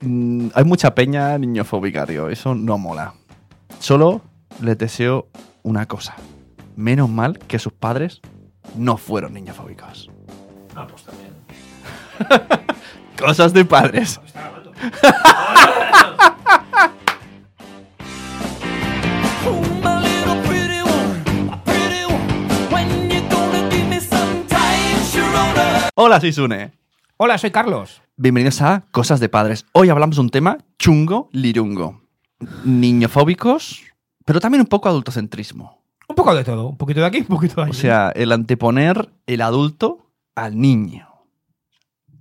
Mm, hay mucha peña niñofóbica, tío. Eso no mola. Solo les deseo una cosa. Menos mal que sus padres no fueron niñofóbicos. Ah, pues también. Cosas de padres. Está grabando. Hola, soy Sune. Hola, soy Carlos. Bienvenidos a Cosas de Padres. Hoy hablamos de un tema chungo, lirungo. Niñofóbicos, pero también un poco adultocentrismo. Un poco de todo. Un poquito de aquí, un poquito de allí. O sea, el anteponer el adulto al niño.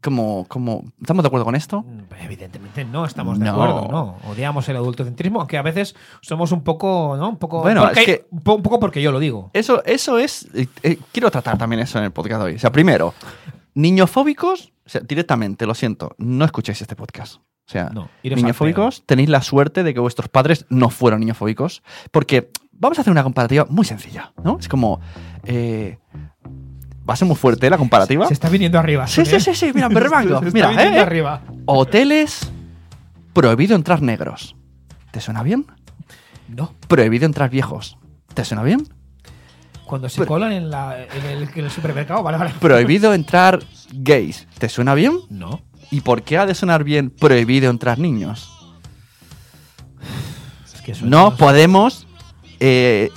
Como, como, ¿Estamos de acuerdo con esto? Mm, pues evidentemente no estamos de No. acuerdo, no. Odiamos el adultocentrismo, aunque a veces somos un poco, ¿no? Un poco, Bueno, porque- es que- un po- un poco porque yo lo digo. Eso, eso es. eh, eh, quiero tratar también eso en el podcast de hoy. O sea, primero, niñofóbicos, o sea, directamente, lo siento, no escuchéis este podcast. O sea, No, iros al niñofóbicos, tenéis la suerte de que vuestros padres no fueron niñofóbicos. Porque vamos a hacer una comparativa muy sencilla, ¿no? Es como. eh, va a ser muy fuerte ¿eh? la comparativa. Se está viniendo arriba. Sí, sí, Sune. sí, sí, mira, Se está Berbango. Mira, viniendo eh, eh. arriba. Hoteles, prohibido entrar negros. ¿Te suena bien? No. Prohibido entrar viejos. ¿Te suena bien? Cuando se Pero- colan en, la- en el, en el supermercado, vale, vale. Prohibido entrar gays. ¿Te suena bien? No. ¿Y por qué ha de sonar bien prohibido entrar niños? Es que eso No es- podemos eh,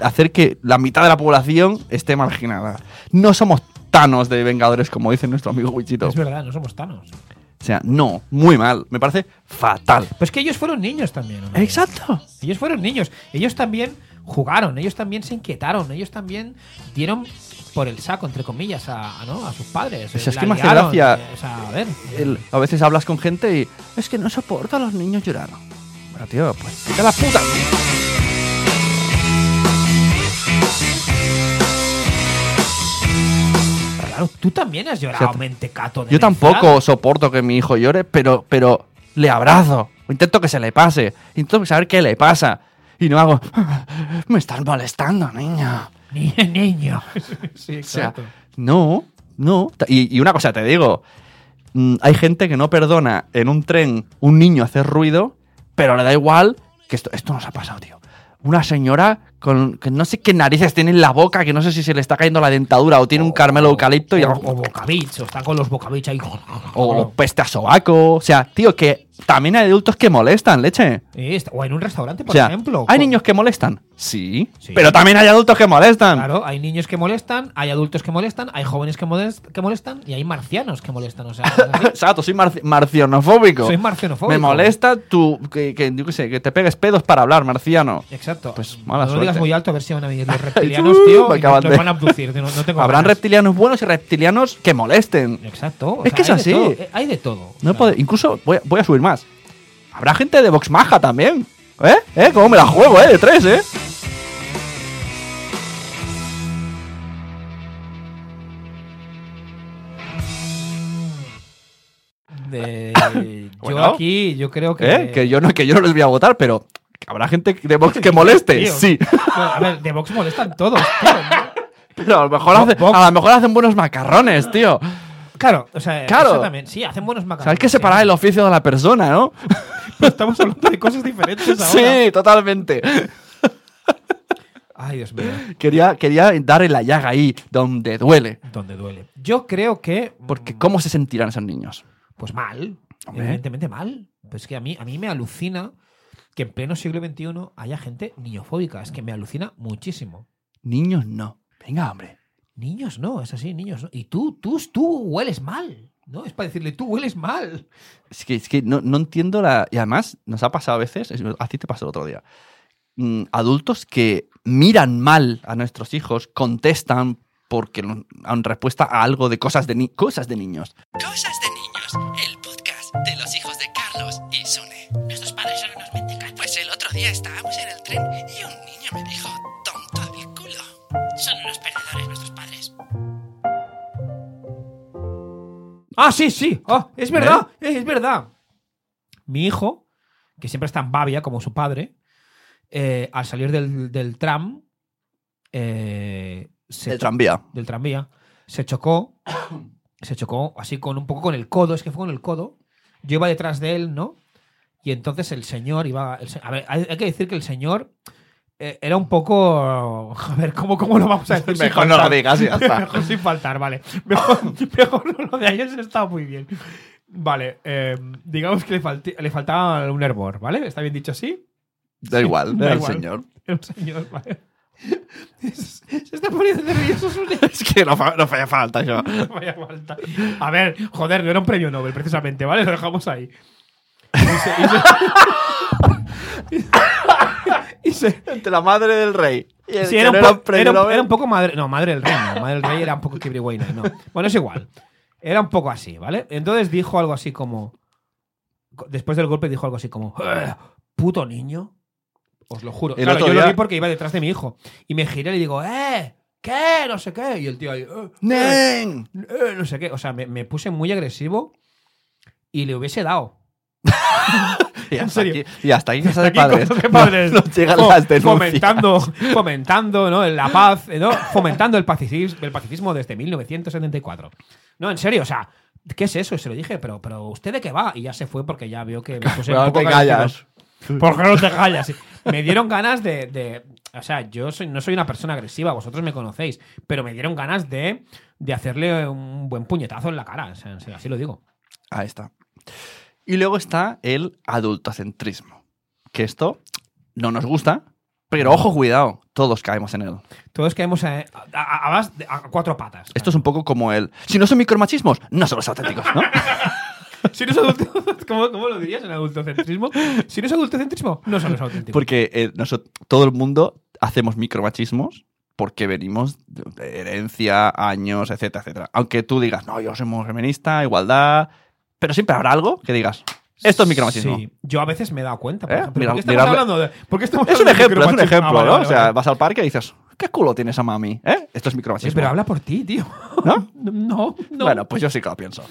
hacer que la mitad de la población esté marginada. No somos tanos de Vengadores, como dice nuestro amigo Wichito. Es verdad, no somos tanos. O sea, no, muy mal. Me parece fatal. Pero es que ellos fueron niños también. ¿o no? Exacto. Ellos fueron niños. Ellos también jugaron, ellos también se inquietaron, ellos también dieron por el saco, entre comillas, a, a, ¿no? a sus padres. Eso es La que me hace liaron, gracia. eh, o sea, a ver. El- a veces hablas con gente y es que no soporto a los niños llorar. Bueno, tío, pues quita la puta. Claro, tú también has llorado, O sea, mentecato. de Yo tampoco Venezuela. soporto que mi hijo llore, pero, pero le abrazo. Intento que se le pase. Intento saber qué le pasa. Y no hago. Me estás molestando, niña. Ni niño. sí, O sea, exacto. no, no. Y, y una cosa te digo. mm, Hay gente que no perdona en un tren un niño hacer ruido, pero le da igual que esto, esto nos ha pasado, tío. Una señora con que no sé qué narices tiene en la boca, que no sé si se le está cayendo la dentadura o tiene un carmelo eucalipto y o, o bocabich, o están con los bocabich ahí. O peste a sobaco. O sea, tío, que también hay adultos que molestan, leche. Eh, está- o en un restaurante, por o sea, ejemplo. hay con- niños que molestan. Sí, Sí. Pero también hay adultos que molestan. Claro, hay niños que molestan, hay adultos que molestan, hay jóvenes que, molest- que molestan y hay marcianos que molestan. O sea, es así. Exacto, soy marci- marcianofóbico. soy marcianofóbico. Me molesta tu. Que, que, yo qué sé, que te pegues pedos para hablar, marciano. Exacto. Pues mala no lo digas suerte. muy alto a ver si van a venir los reptilianos, tío. me y acaban nos, nos de- van a abducir. tío, No, no tengo Habrán ganas. reptilianos buenos y reptilianos que molesten. Exacto. o Es que sea, es hay de así. todo, eh, hay de todo. No O sea, puede- incluso voy, a- voy a subir más. Habrá gente de Vox Maja también. ¿Eh? ¿Eh? ¿Cómo me la juego, eh? De tres, ¿eh? de- Bueno. yo aquí, yo creo que. ¿Eh? Que, yo no, que yo no les voy a votar, pero que habrá gente de Vox que moleste. Tío, Sí. no, a ver, de Vox molestan todos, tío. Pero a lo mejor, Bo- hace- Vox. a lo mejor hacen buenos macarrones, tío. Claro, o sea, Claro. eso también. Sí, hacen buenos O macarrones. sea, hay que separar el oficio de la persona, ¿no? ¿eh? Estamos hablando de cosas diferentes ahora. Sí, totalmente. Ay, Dios mío. Quería, quería dar en la llaga ahí, donde duele. Donde duele. Yo creo que. Porque ¿cómo se sentirán esos niños? Pues mal, Hombre. evidentemente mal. Pero es que a mí, a mí me alucina que en pleno siglo XXI haya gente niñofóbica. Es que me alucina muchísimo. Niños no. Venga, hombre. Niños no, es así, niños no. Y tú, tú, tú hueles mal. No, es para decirle, tú hueles mal. Es que, es que no, no entiendo la... Y además, nos ha pasado a veces, es- a ti te pasó el otro día, mm, adultos que miran mal a nuestros hijos, contestan porque no- en respuesta a algo de cosas de, ni- cosas de niños. Cosas de niños, el podcast de los hijos de Carlos Pues sí, sí. Oh, es verdad, eh, es verdad. Mi hijo, que siempre está en Babia como su padre, eh, al salir del, del tram. eh, se El tranvía. del tranvía, se chocó, se chocó así con un poco con el codo, es que fue con el codo. Yo iba detrás de él, ¿no? Y entonces el señor iba. el se- a ver, hay, hay que decir que el señor eh, era un poco. A ver, ¿cómo, cómo lo vamos a decir? sin Mejor no lo faltar? digas y ya está. mejor sin faltar, vale. Mejor, mejor no lo de ayer se está muy bien. Vale, eh, digamos que le, falti- le faltaba un hervor, ¿vale? ¿Está bien dicho así? Da igual, da era el igual. señor. Era un señor, vale. Se está poniendo nervioso su niño. Es que no, fa- no hacía falta yo. Vaya falta. A ver, joder, no era un premio Nobel, precisamente, ¿vale? Lo dejamos ahí. Y se- y se- y se- Entre la madre del rey. Y el sí, que era, un no po- premio era un- Nobel. era un poco madre. No, madre del rey. No, madre del rey era un poco Kibri Wayne, no. Bueno, es igual. Era un poco así, ¿vale? Entonces dijo algo así como. Después del golpe dijo algo así como. "Eh, Puto niño. Os lo juro. El Claro, otro yo lo día- vi porque iba detrás de mi hijo. Y me giré y le digo, ¡eh! ¿Qué? No sé qué. Y el tío ahí. "Eh, eh, ¡Nen! eh, no sé qué. O sea, me, me puse muy agresivo y le hubiese dado. Y En hasta serio. aquí- Y hasta aquí cosas de Aquí padres. cosas de padres. No, no llegan Fo- las denuncias. Fomentando, fomentando ¿no? la paz, eh, ¿no? fomentando el pacifismo, el pacifismo desde 1974. No, en serio, o sea, ¿qué es eso? Y se lo dije, pero, pero ¿usted de qué va? Y ya se fue porque ya vio que me puse Pero un no poco te callas. ¿Por qué no te callas? Me dieron ganas de. de- o sea, yo soy- no soy una persona agresiva, vosotros me conocéis, pero me dieron ganas de, de hacerle un buen puñetazo en la cara. o sea, en serio, así lo digo. Ahí está. Y luego está el adultocentrismo. Que esto no nos gusta, pero ojo, cuidado, todos caemos en él. Todos caemos a, a- a- a más de- a cuatro patas. Esto es un poco como el. Si no son micromachismos, no son los auténticos, ¿no? Si no es adulto- ¿cómo, cómo lo dirías en adultocentrismo? Si no es adultocentrismo, no somos auténticos. Porque eh, noso- todo el mundo hacemos micromachismos porque venimos de de herencia, años, etcétera, etcétera. Aunque tú digas, no, yo soy muy feminista, igualdad. Pero siempre habrá algo que digas, esto es micromachismo. Sí, yo a veces me he dado cuenta. Por ¿Eh? ejemplo, Mira- ¿por qué estamos mirarle- hablando de.? por qué estamos Es un hablando de ejemplo, es un micromachismo? ejemplo, Ah, vale, ¿no? vale, O sea, vale. vas al parque y dices, ¿qué culo tienes a mami? ¿Eh? Esto es Oye, micromachismo. pero habla por ti, tío. ¿No? No, no. Bueno, pues yo sí que lo pienso.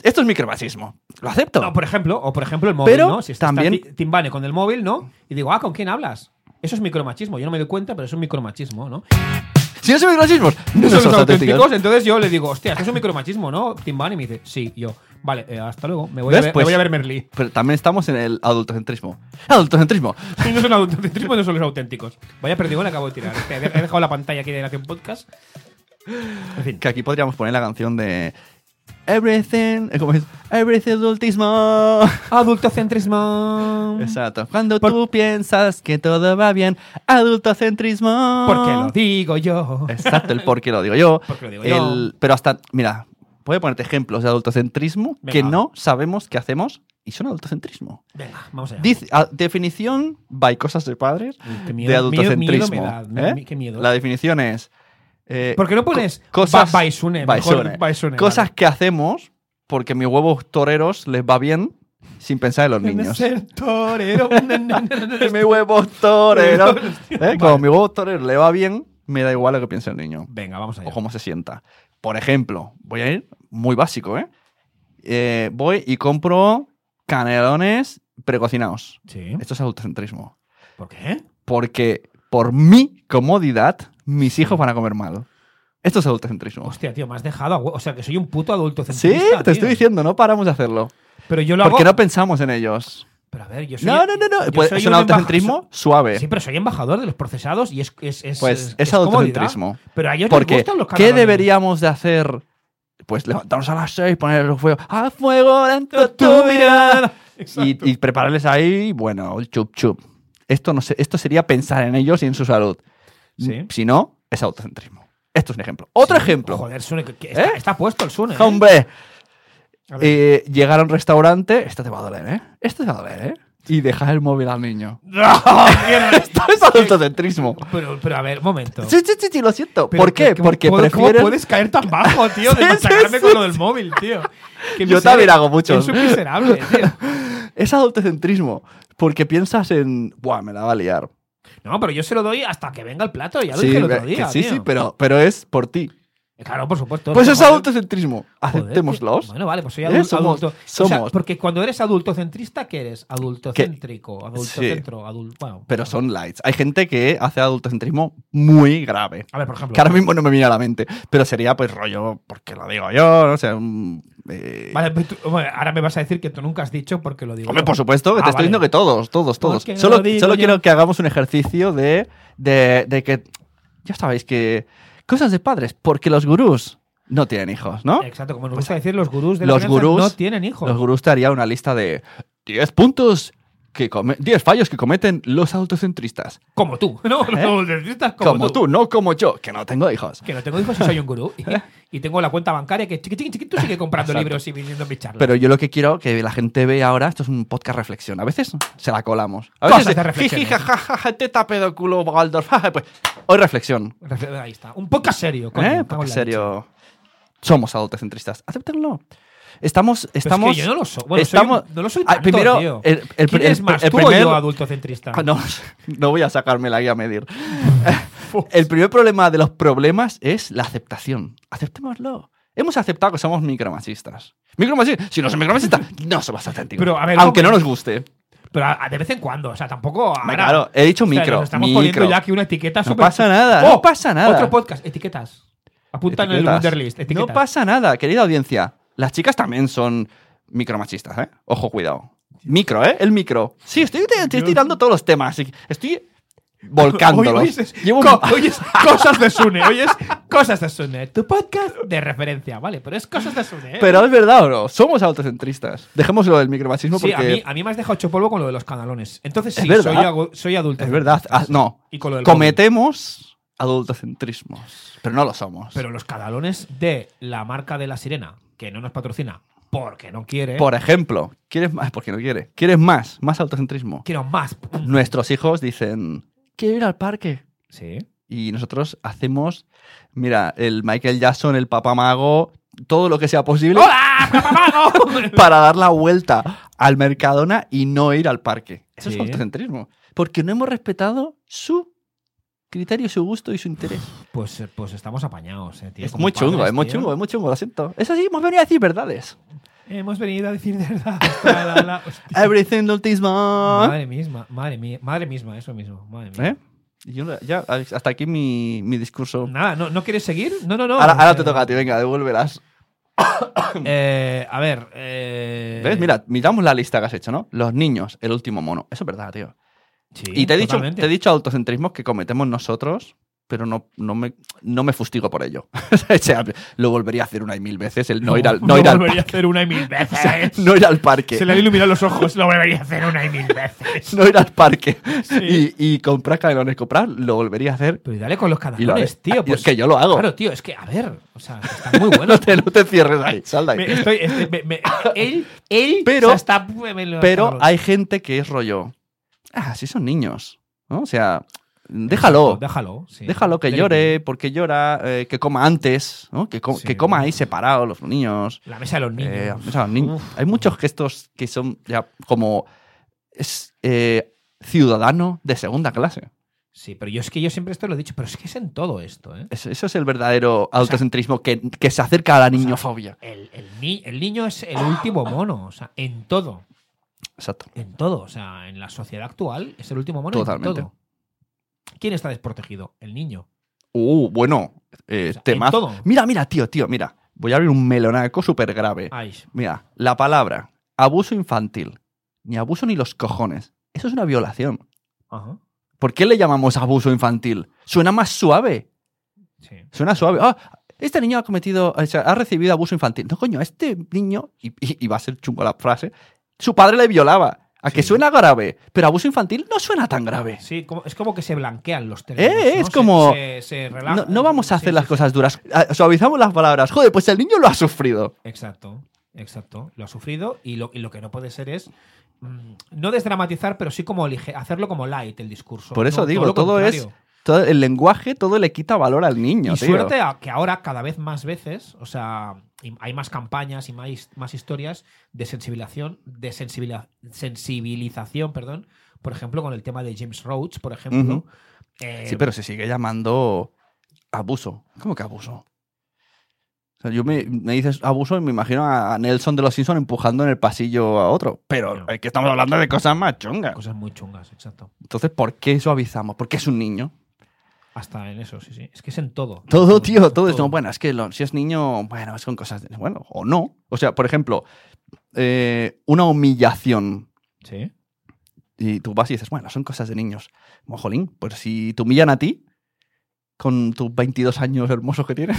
Esto es micromachismo. Lo acepto. No, por ejemplo, o por ejemplo el móvil, Pero ¿no? Si está también- Ti- Timbane con el móvil, ¿no? Y digo, ah, ¿con quién hablas? Eso es micromachismo. Yo no me doy cuenta, pero eso es micromachismo, ¿no? Si no son micromachismos, no Eso son son los auténticos. auténticos, entonces yo le digo, hostia, eso es un micromachismo, ¿no? Timbane y me dice, sí, y yo. Vale, eh, hasta luego. Me voy, a ¿Ves? ver, Pues- me voy a ver Merlí. Pero también estamos en el adultocentrismo. Adultocentrismo. Si no son auténticos, no son los auténticos. Vaya perdigón, acabo de tirar. Hostia, he he dejado la pantalla aquí de Nación Podcast. En fin. Que aquí podríamos poner la canción de Everything. eh, ¿Cómo es? Everything adultismo. Adultocentrismo. Exacto. Cuando Por- tú piensas que todo va bien, adultocentrismo. Porque lo digo yo. Exacto, el por qué lo digo yo. Porque lo digo el, yo. Pero hasta, mira, voy a ponerte ejemplos de adultocentrismo Venga. que no sabemos qué hacemos y son adultocentrismo. Venga, vamos allá. Dice- a- definición by cosas de padres Uy, qué miedo- de miedo- miedo adultocentrismo. me da, me- ¿eh? me- qué miedo. La definición es. eh, ¿Por qué no pones co- cosas, ba- Baisune? Mejor Baisune. Baisune, cosas vale. que hacemos porque mis huevos toreros les va bien sin pensar en los En niños. ser torero. Na, na, na, na, na. mis huevos toreros. ¿eh? Vale. Como mi huevo torero le va bien, me da igual lo que piense el niño Venga, vamos allá. o cómo se sienta. Por ejemplo, voy a ir muy básico, ¿eh? Eh, voy y compro canelones precocinados. Sí. Esto es adultocentrismo. ¿Por qué? Porque por mi comodidad, mis hijos van a comer mal. Esto es adultocentrismo. Mm. Hostia, tío, me has dejado. a hue- O sea, que soy un puto adulto Sí, centrista. te estoy tío. diciendo, no paramos de hacerlo. Pero yo lo hago. Porque no pensamos en ellos. Pero a ver, yo soy. No, no, no, no. yo Pues soy es un embajador- adultocentrismo suave. Sí, pero soy embajador de los procesados y es. es, es Pues es comodidad. adultocentrismo. Pero a ellos les Porque, gustan los ¿qué canelones. deberíamos de hacer? Pues levantarnos a las seis, poner el fuego. ¡A fuego dentro tu mirada! Exacto. Y, y prepararles ahí, bueno, el chup chup. Esto, no sé, esto sería pensar en ellos y en su salud. Sí. Si no, es adultocentrismo. Esto es un ejemplo. Otro ejemplo. Joder, Sune, que- que está, ¿Eh? está puesto el Sune. ¿eh? ¡Hombre! A ver. Eh, llegar a un restaurante, esto te va a doler, ¿eh? Esto te va a doler, ¿eh? Y dejar el móvil al niño. Esto es adultocentrismo. pero, pero a ver, un momento. Sí, sí, sí, sí, lo siento. Pero ¿Por que- qué? que- Porque ¿cómo- cómo prefieren... puedes caer tan bajo, tío, de Sí, sí, machacarme sí, con lo del móvil, tío? Qué Yo miserable. también hago muchos. Es un miserable, tío. Es adultocentrismo. Porque piensas en... Buah, me la va a liar. No, pero yo se lo doy hasta que venga el plato, ya lo dije el otro que día, sí, tío. sí, pero, pero es por ti. Claro, por supuesto. Pues No, es joder. adultocentrismo. Joder, Aceptémoslos. que- Bueno, vale, pues soy Eh, adulto. somos- adulto. O sea, somos. porque cuando eres adultocentrista, ¿qué eres? Adultocéntrico, adultocentro, adulto. Bueno, Pero son lights. Hay gente que hace adultocentrismo muy grave. A ver, por ejemplo. Que ahora mismo no me viene a la mente. Pero sería pues rollo, porque lo digo yo, no sé, un, eh, Vale, pero tú- hombre, ahora me vas a decir que tú nunca has dicho porque lo digo. Hombre, yo. por supuesto, que Ah, te estoy vale. diciendo que todos, todos, todos. Porque Solo, lo digo solo yo. quiero que hagamos un ejercicio de, de, de que. Ya sabéis que. Cosas de padres, porque los gurús no tienen hijos, ¿no? Exacto, como nos gusta decir, los gurús de la Los finanza gurús, no tienen hijos. Los gurús te harían una lista de 10 puntos, que come- 10 fallos que cometen los autocentristas. Como tú, ¿no? Los adultocentristas como, ¿Eh? Como, tú. no como yo, que no tengo hijos. Que no tengo hijos y soy un gurú. Y, y tengo la cuenta bancaria que chiqui, chiqui, chiqui, tú sigue comprando Exacto. libros y viniendo a mis charlas. Pero yo lo que quiero que la gente vea ahora, esto es un podcast reflexión. A veces se la colamos. A Cosas veces de reflexiones. jiji, jaja, jaja, teta, pedo, culo, Waldorf. jaja, pues, hoy reflexión. Refe- Ahí está. Un poco serio, coño. ¿Eh? me cago Porque en la leche. serio. Somos adultocentristas. Acéptenlo. Estamos. Pero es estamos que yo no lo soy. Bueno, soy estamos- un- no lo soy Ah, tanto, primero, tío. El, el- ¿Quién el- es más, el tú primer- o yo, adultocentrista? Ah, no, no voy a sacarme la guía a medir. el primer problema de los problemas es la aceptación. Aceptémoslo. Hemos aceptado que somos micromasistas. Micromasistas. Si no somos micromasistas, no somos auténticos. Pero, a ver, Aunque no ¿cómo? nos guste. Pero a- a- de vez en cuando, o sea, tampoco. ahora. claro, he dicho O sea, micro, nos estamos micro. poniendo ya aquí una etiqueta No súper- Oh, pasa nada, no pasa nada. Otro podcast, etiquetas. Apunta en el Etiquetas. Wunderlist, No etiquetas. pasa nada, querida audiencia. Las chicas también son micromachistas, ¿eh? Ojo, cuidado. Micro, ¿eh? El micro. Sí, estoy, te- te estoy tirando todos los temas. y Estoy volcándolos. Hoy, hoy es, Llevo un- co- hoy es cosas de Sune, hoy es cosas de Sune. Tu podcast de referencia, vale, pero es cosas de Sune. ¿eh? Pero es verdad o no, somos autocentristas. Dejémoslo del micromachismo sí, porque a mí, a mí me has dejado hecho polvo con lo de los canalones. Entonces Es sí, verdad. soy, agu- soy adulto. es verdad. Ah, no, Y con lo del cometemos adultocentrismos, pero no lo somos. Pero los canalones de la marca de la sirena, que no nos patrocina porque no quiere, Por ejemplo, ¿quieres más? Porque no quiere. ¿Quieres más? Más autocentrismo. quiero más. Nuestros hijos dicen, quiero ir al parque. Sí. y nosotros hacemos, mira, el Michael Jackson, el Papá Mago, todo lo que sea posible ¡Hola, papamago! para dar la vuelta al Mercadona y no ir al parque. Eso Sí. es autocentrismo. Porque no hemos respetado su criterio, su gusto y su interés. Pues, eh, pues estamos apañados, eh, tío. es como muy chungo, padres, es muy tío. chungo, es muy chungo, lo siento. Eso sí, hemos venido a decir verdades. Hemos venido a decir de verdad. la, la, la, hostia. Everything single tismo. Madre misma, madre mía, madre misma, eso mismo, madre mía. ¿Eh? Y yo no- ya, hasta aquí mi, mi discurso. Nada, ¿no, ¿no quieres seguir? No, no, no. Ahora, ahora Eh, te toca a ti, venga, devuélvelas. eh, a ver. eh, ¿Ves? Mira, miramos la lista que has hecho, ¿no? Los niños, el último mono. Eso es verdad, tío. sí, Y te he, dicho, totalmente. te he dicho autocentrismos que cometemos nosotros, pero no, no, me, no me fustigo por ello. O sea, lo volvería a hacer una y mil veces, el no, ir al, no, Lo ir al volvería a parque. hacer una y mil veces. O sea, no ir al parque. Se le han iluminado los ojos, lo volvería a hacer una y mil veces. No ir al parque. Y, y comprar canelones, comprar, lo volvería a hacer. Pero dale con los Y lo haré. canalones, tío. Ah, Pues, es que yo lo hago. Claro, tío, es que, a ver, o sea, está muy bueno. No te, no te cierres ahí, sal de ahí. Me- estoy, estoy- me- me- él, él, Pero- o sea, está. me lo- Pero me lo- hay gente que es rollo. Ah, sí son niños. ¿no? O sea, déjalo. Déjalo, sí. Déjalo que Déjalo. llore, porque llora, eh, que coma antes, ¿no? que, co- Sí. que coma ahí separado los niños. La mesa de los niños. Eh, o sea, ni- hay muchos gestos que son ya como es eh, ciudadano de segunda clase. Sí, pero yo es que yo siempre esto lo he dicho, pero es que es en todo esto, ¿eh? Eso, eso es el verdadero autocentrismo que, que se acerca a la niñofobia. El, el ni- el niño es el último mono, o sea, en todo, Exacto. en todo, o sea, en la sociedad actual es el último mono Totalmente. en todo. ¿Quién está desprotegido? El niño. Uh, bueno, eh, O sea, en temazo. todo. Mira, mira, tío, tío, mira. Voy a abrir un melonaco súper grave. Ay, Mira, la palabra abuso infantil. Ni abuso ni los cojones. Eso es una violación. ajá, ¿Por qué le llamamos abuso infantil? Suena más suave. sí. Suena suave. Ah, este niño ha cometido, o sea, ha recibido abuso infantil. No, coño, este niño, y, y- y va a ser chungo la frase, su padre le violaba. A que Sí. suena grave, pero abuso infantil no suena tan grave. Sí, como- es como que se blanquean los términos. Eh, ¿no? es Se- como- se- se relajan. No, no vamos a Sí, hacer sí, las sí. cosas duras. Ah, Suavizamos las palabras. Joder, pues el niño lo ha sufrido. Exacto, exacto. Lo ha sufrido y lo, y lo que no puede ser es mm, no desdramatizar, pero sí como lige- hacerlo como light el discurso. Por eso No, digo, lo todo es. contrario. Todo el lenguaje, todo le quita valor al niño, Y tío. suerte a que ahora cada vez más veces, o sea, y hay más campañas y más, más historias de sensibilización, de sensibila- sensibilización, perdón, por ejemplo, con el tema de James Roach, por ejemplo. Ujú. Eh, Sí, pero se sigue llamando abuso. ¿Cómo que abuso? O sea, yo me, me dices abuso y me imagino a a Nelson de los Simpson empujando en el pasillo a otro. Pero No. es que estamos hablando de cosas más chungas. Cosas muy chungas, exacto. Entonces, ¿por qué suavizamos? Porque es un niño. Hasta en eso, sí, sí. Es que es en todo. Mm, Todo, tío, todo. Es, no, bueno, es que lo- si es niño, bueno, es con cosas. de- Bueno, o no. O sea, por ejemplo, eh, una humillación. Sí. Y tú vas y dices, bueno, son cosas de niños. Mojolín, pues si te humillan a ti, con tus 22 años hermosos que tienes,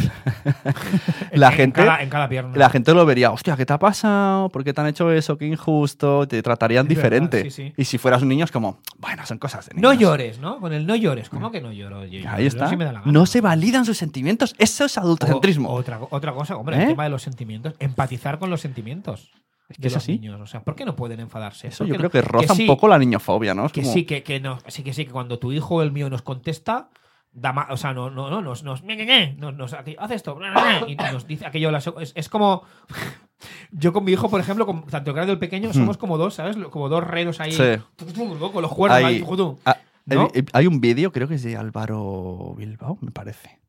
la En- gente. En cada, en cada pierna. La gente lo vería, hostia, ¿qué te ha pasado? ¿Por qué te han hecho eso? Qué injusto. Te tratarían Es verdad, diferente. sí, sí. Y si fueras un niño, es como, bueno, son cosas de No niños. llores, ¿no? Con el no llores. ¿Cómo que no lloro? Yo lloro Ahí está. si me da la gana. no se validan sus sentimientos. Eso es adultocentrismo. O- otra, otra cosa, hombre, ¿Eh? el tema de los sentimientos. Empatizar con los sentimientos Es que de es los así. niños. O sea, ¿por qué no pueden enfadarse? Eso ¿Por yo qué creo no? que roza sí, un poco la niñofobia, ¿no? Es Que como- sí, que, que no. Sí, que sí, que cuando tu hijo o el mío nos contesta, da ma- o sea, no, no, no, nos, nos, ñe, ñe, ñe, nos, nos- aquí, haz esto, bla, bla, bla, y nos dice aquello. la so- es, es como. Yo con mi hijo, por ejemplo, con tanto el grande y el pequeño, somos como dos, ¿sabes? Lo- Como dos renos ahí. Hmm. Sí. tu, tu, tu, tu, Con los cuernos ahí. Ahí. tu, tu. Ah, ¿No? hay, hay un vídeo, creo que es de Álvaro Bilbao, me parece.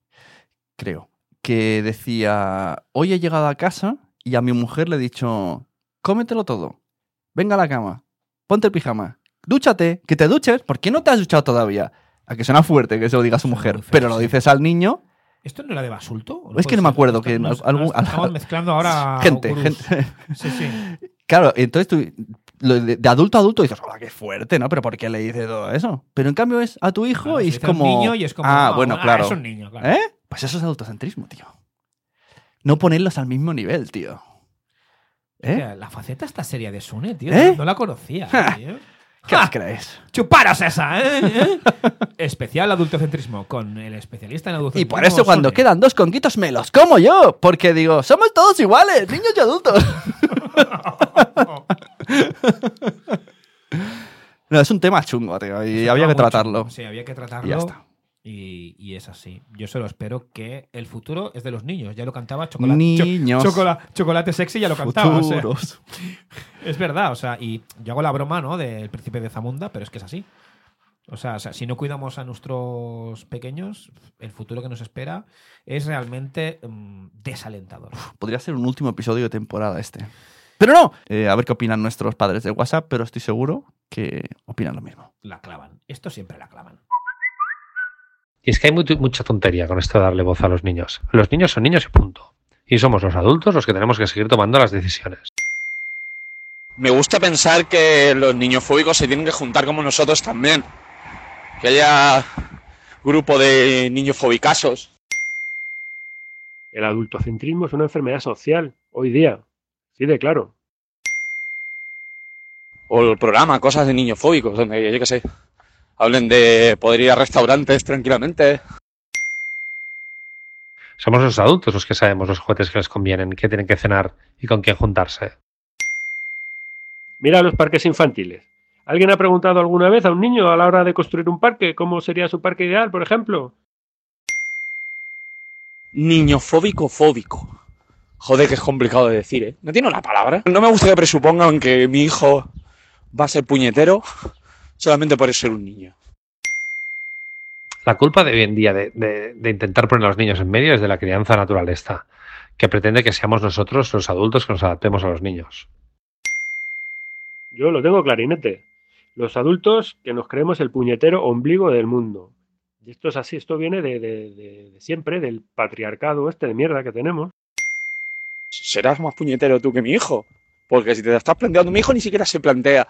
Creo. Que decía, hoy he llegado a casa y a mi mujer le he dicho, cómetelo todo. Venga a la cama. Ponte el pijama. Dúchate, que te duches. ¿Por qué no te has duchado todavía? A que suena fuerte que se lo diga a su Suena mujer, muy feo, pero lo sí. dices al niño. ¿Esto no era de basulto? ¿O Es que puede no me ser? acuerdo, Esto- que no, al- algún- estamos mezclando ahora. gente, gurús. gente. Sí, sí. Claro, entonces tú, lo de, de adulto a adulto dices, hola, qué fuerte, ¿no? Pero ¿por qué le dices todo eso? Pero en cambio es a tu hijo Claro, y si es dices un como. niño y es como, Ah, no, bueno, claro. Es un niño, claro. ¿Eh? Pues eso es adultocentrismo, tío. No ponerlos al mismo nivel, tío. ¿Eh? Hostia, La faceta esta seria de Sune, tío. ¿Eh? No la conocía, tío. ¿Qué ¡Ja! os creéis? ¡Chuparos esa! ¿eh? ¿Eh? Especial adultocentrismo con el especialista Y en adultocentrismo. por eso cuando Sune. quedan dos conquitos me los como yo, porque digo, somos todos iguales, niños y adultos. no, es un tema chungo, tío, y Es un había tema que muy tratarlo. chulo. Sí, había que tratarlo. Y ya está. Y, y es así. Yo solo espero que el futuro es de los niños. Ya lo cantaba Chocolate. Niños. chocolate, chocolate sexy ya lo ¿eh? cantaba. o sea. Futuros. Es verdad, o sea, y yo hago la broma, ¿no? Del príncipe de Zamunda, pero es que es así. O sea, o sea, si no cuidamos a nuestros pequeños, el futuro que nos espera es realmente mm, desalentador. Podría ser un último episodio de temporada este. Pero no, Eh, a ver qué opinan nuestros padres de WhatsApp, pero estoy seguro que opinan lo mismo. La clavan. Esto siempre la clavan. Y es que hay mutu- mucha tontería con esto de darle voz a los niños. Los niños son niños y punto. Y somos los adultos los que tenemos que seguir tomando las decisiones. Me gusta pensar que los niños fóbicos se tienen que juntar como nosotros también. Que haya grupo de niños fobicasos. El adultocentrismo es una enfermedad social hoy día. Sí, de claro. O el programa, cosas de niños fóbicos, donde yo qué sé. Hablen de poder ir a restaurantes tranquilamente. Somos los adultos los que sabemos los juguetes que les convienen, qué tienen que cenar y con quién juntarse. Mira los parques infantiles. ¿Alguien ha preguntado alguna vez a un niño a la hora de construir un parque cómo sería su parque ideal, por ejemplo? Niño fóbico fóbico. Joder, que es complicado de decir, ¿eh? No tiene una palabra. No me gusta que presupongan que mi hijo va a ser puñetero solamente por ser un niño. La culpa de hoy en día de, de- de intentar poner a los niños en medio es de la crianza naturalista, que pretende que seamos nosotros los adultos que nos adaptemos a los niños. Yo lo tengo clarinete. Los adultos que nos creemos el puñetero ombligo del mundo. Y esto es así, esto viene de, de- de- de siempre, del patriarcado este de mierda que tenemos. serás más puñetero tú que mi hijo. Porque si te la estás planteando, mi hijo ni siquiera se plantea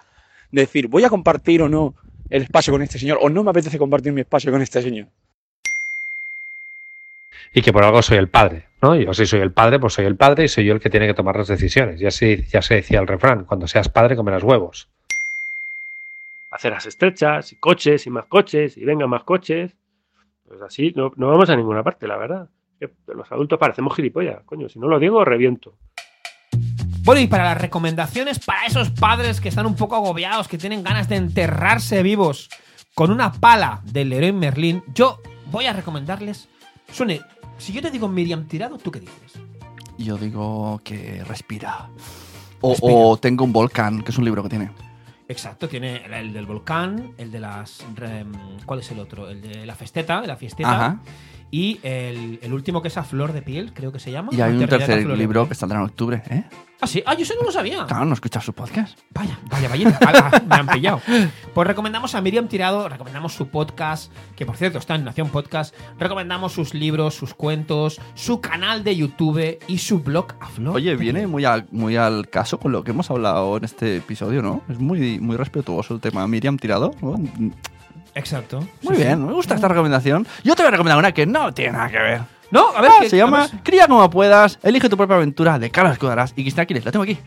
decir, voy a compartir o no el espacio con este señor, o no me apetece compartir mi espacio con este señor. Y que por algo soy el padre, ¿no? Yo si soy el padre, pues soy el padre y soy yo el que tiene que tomar las decisiones. Ya se, ya se decía el refrán, cuando seas padre comerás huevos. Aceras estrechas, y coches, y más coches, y venga más coches. Pues así no, no vamos a ninguna parte, la verdad. Que Los adultos parecemos gilipollas, coño. Si no lo digo, reviento. Bueno, y para las recomendaciones para esos padres que están un poco agobiados, que tienen ganas de enterrarse vivos con una pala del Leroy Merlin, yo voy a recomendarles. Sune, si yo te digo Miriam Tirado, ¿tú qué dices? Y Yo digo que respira. O, Respira. o tengo un volcán, que es un libro que tiene. Exacto, tiene el, mm, el del volcán, el de las. rem, ¿Cuál es el otro? El de la festeta, de la fiesteta. Ajá. Y el, el último que es A Flor de Piel, creo que se llama. Y hay un Maternidad a tercer Flor de libro Piel. que saldrá en octubre, ¿eh? Ah, sí. Ah, yo eso no lo sabía. Claro, no escuchas su podcast. Vaya, vaya, vaya. Ala, me han pillado. Pues recomendamos a Miriam Tirado, recomendamos su podcast, que por cierto está en Nación Podcast. Recomendamos sus libros, sus cuentos, su canal de YouTube y su blog a flor. Oye, viene muy al, muy al caso con lo que hemos hablado en este episodio, ¿no? Es muy, muy respetuoso el tema. Miriam Tirado. ¿no? Exacto. Muy Sí, bien, sí. me gusta esta recomendación. Yo te voy a recomendar una que no tiene nada que ver. No, a ver, Ah, que- se a llama ver. Cría como puedas, elige tu propia aventura de Carlos Cudarás y Cristina Aquiles. La tengo aquí.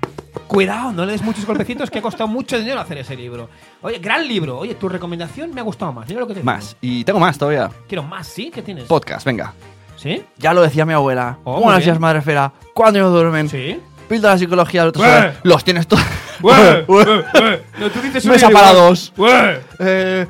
Cuidado, no le des muchos golpecitos que ha costado mucho dinero hacer ese libro. Oye, gran libro. Oye, tu recomendación me ha gustado más. Mira lo que te digo. Más. Y tengo más todavía. Quiero más, ¿sí? ¿Qué tienes? Podcast, venga. ¿Sí? Ya lo decía mi abuela. Oh, muy Buenos bien. días, madre esfera. ¿Cuándo no duermen? Sí. Píldora de psicología de otros Bueh. horas. Los tienes todos. No, tú dices Mesa libro. para dos. Bueh. Eh,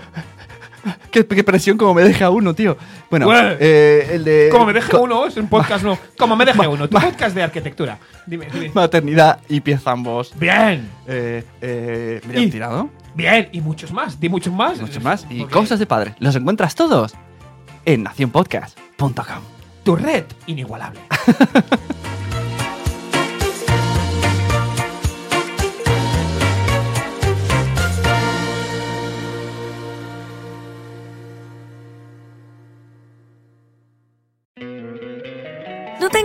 qué, qué presión como me deja uno, tío. Bueno, Bueh. eh, el de. Como me deje co- uno, es un podcast no. Como me deje uno, tu podcast de arquitectura. Dime, dime. Maternidad y piezambos. Bien, Eh, eh, Miriam Y- Tirado. bien, y muchos más, di muchos más. Muchos más. Y Porque cosas de padre. Los encuentras todos en nacionpodcast.com. Tu red inigualable. ¿No te